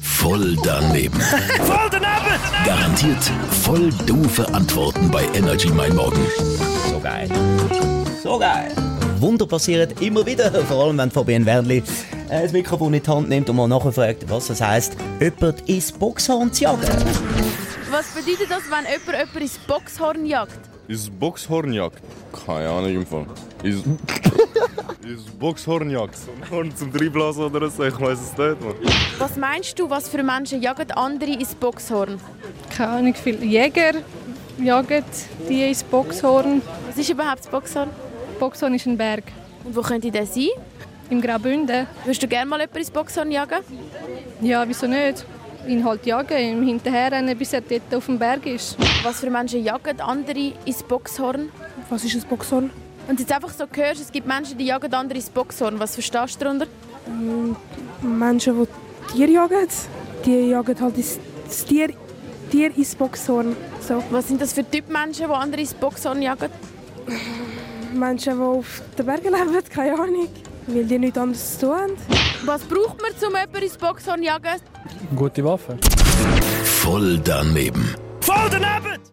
Voll daneben. Voll daneben! Garantiert voll doofe Antworten bei Energy Mein Morgen. So geil. So geil. Wunder passieren immer wieder, vor allem wenn Fabian Werdli äh, das Mikrofon in die Hand nimmt und mal nachfragt, was es heisst, jemand ins Boxhorn zu jagen. Was bedeutet das, wenn jemand jemand ins Boxhorn jagt? Ist Boxhornjagd? Keine Ahnung im Fall. Ist. ist Boxhornjagd? So ein Horn zum Dreiblasen oder so? Ich weiß es nicht, Mann. Was meinst du, was für Menschen jagen andere ins Boxhorn? keine Ahnung, viele Jäger jagen die ins Boxhorn. Was ist überhaupt das Boxhorn? Boxhorn ist ein Berg Und wo könnte das sein? im Graubünden. Würdest du gerne mal jemand ins Boxhorn jagen? Ja, wieso nicht? Ihn halt jagen, ihm hinterherrennen, bis er dort auf dem Berg ist. Was für Menschen jagen andere ins Boxhorn? Was ist ein Boxhorn? Und jetzt einfach so hörst, es gibt Menschen, die jagen andere ins Boxhorn. Was verstehst du darunter? Menschen, die Tiere jagen, die jagen halt das das Tier, Tier ins Boxhorn. So. Was sind das für Typen Menschen, die andere ins Boxhorn jagen? Menschen, die auf den Bergen leben, keine Ahnung. Weil die nichts anderes zu tun haben. Was braucht man, um jemanden ins Boxhorn zu jagen? Gute Waffe. Voll daneben. Voll daneben!